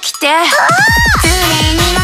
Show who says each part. Speaker 1: 起きて常に